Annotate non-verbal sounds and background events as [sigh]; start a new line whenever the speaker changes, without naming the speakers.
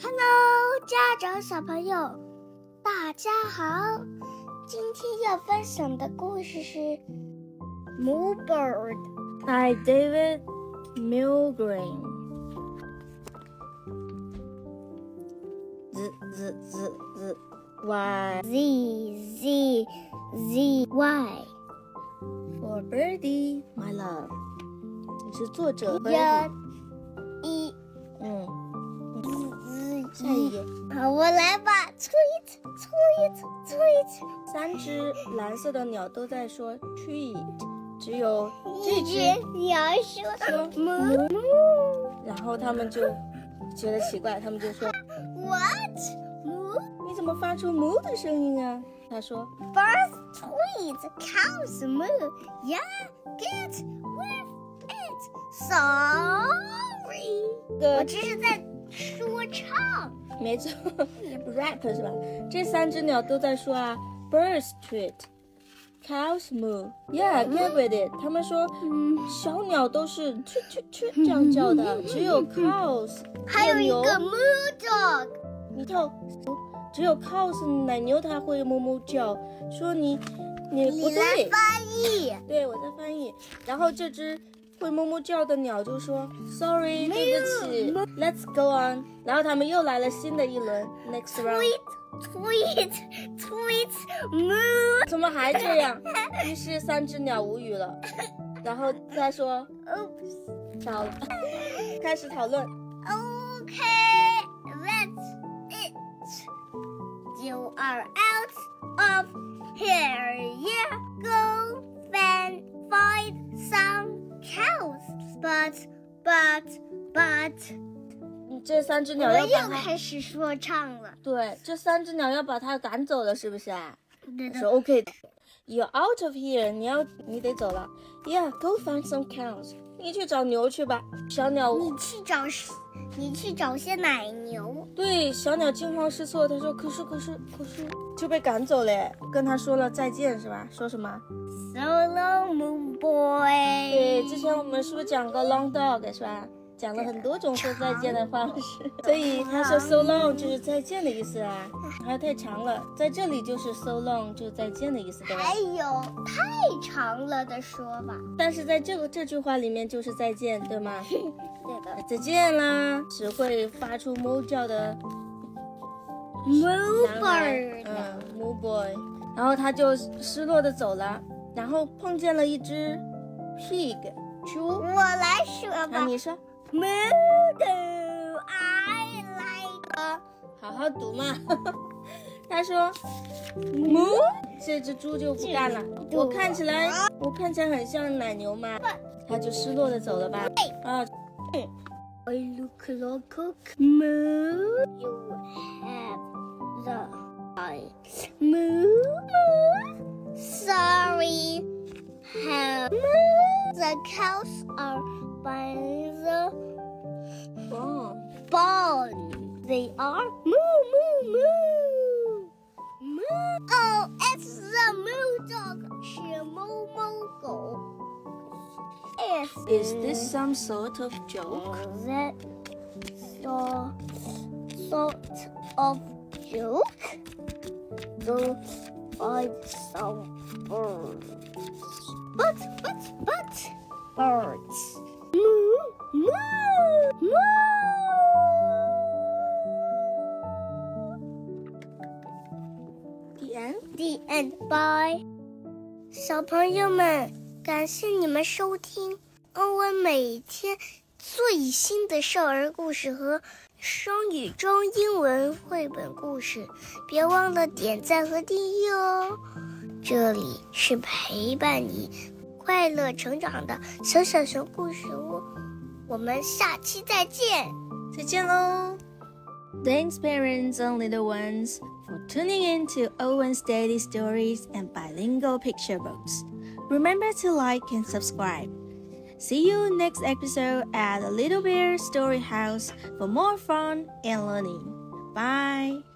Hello，家长小朋友，大家好。今天要分享的故事是《Moo Bird》。
by David Milgrain. Z z z z y
Z Z Z Y
for birdie, my love. 你是作
嗯
者
Y E
嗯，
Z
下一
E。
页，
好，我来吧，搓一搓，搓一搓，搓一搓。
三只蓝色的鸟都在说 tree，只有这
一
只，
只鸟说
说嗯
“moo”，
然后他们就觉得奇怪，他们就说
what moo？
你怎么发出哞的声音啊？他说
Birds, tweets, cows, moo. Yeah, get with it. Sorry，我
的
这是在说唱。
没错，rap 是吧？这三只鸟都在说啊，birds tweet。Cows moo, yeah,
Mm-hmm.
get with it。他们说，小鸟都是去去去这样叫的，只
[laughs]
有 cows
还有一
牛
个 moo dog，
你叫，只有 cows 奶牛它会哞哞叫，说你你不
你来
对，
翻译。
对我在翻译。然后这只会哞哞叫的鸟就说，sorry，对不起，let's go on。然后他们又来了新的一轮，next round。
Tweet, tweet, tweet, moo.
怎么还这样？于是三只鸟无语了，然后他说
[laughs] Oops.
讨， [laughs] 开始讨论
Okay, that's it. You are out of here. Yeah, go and find some cows. But, but, but，
嗯这三只鸟
我
要
又
把它
开始说唱了。
对这三只鸟要把它赶走了，是不是啊？
对
说 OK。You're out of here，你要你得走了。Yeah，go find some cows，你去找牛去吧。小鸟
你去找，你去找些奶牛。
对小鸟惊慌失措，它说可是可是可是就被赶走了，跟他说了再见是吧？说什么？
So long, moon boy。
对，之前我们是不是讲过 long dog 是吧？讲了很多种说再见的方式，所以他说 so long 就是再见的意思啊，还太长了，在这里就是 so long 就是再见的意思，对吧
还？有太长了的说法。
但是在这个这句话里面就是再见，对吗？
对的。
再见啦，只会发出 moo 叫的
Moo
男孩
bird。
嗯，moo boy，然后他就失落的走了，然后碰见了一只 pig 猪，
我来说吧
啊，你说，
，Moo do I like a
好好读嘛。 [laughs] 他说，母，这只猪就不干了。我看起来，我看起来很像奶牛吗？他就失落的走了吧。啊，
I look like a moo. You have the eye. Moo moo. Sorry. Have moo. The cows are by the
哦，
barn. They are moo moo moo. Moo. Oh, it's the moo dog. 是猫猫狗。It's
，Is this some sort of joke？
that so sort of joke? Though I'm some birds. But but but birds. Moo moo moo.
The end。
The end. Bye. 小朋友们，感谢你们收听欧文每天最新的少儿故事和双语中英文绘本故事。别忘了点赞和订阅哦！这里是陪伴你快乐成长的小小熊故事屋，我们下期再见。
再见喽。Thanks, parents and little ones, for tuning in to Owen's Daily Stories and Bilingual Picture Books. Remember to like and subscribe. See you next episode at the Little Bear Story House for more fun and learning. Bye.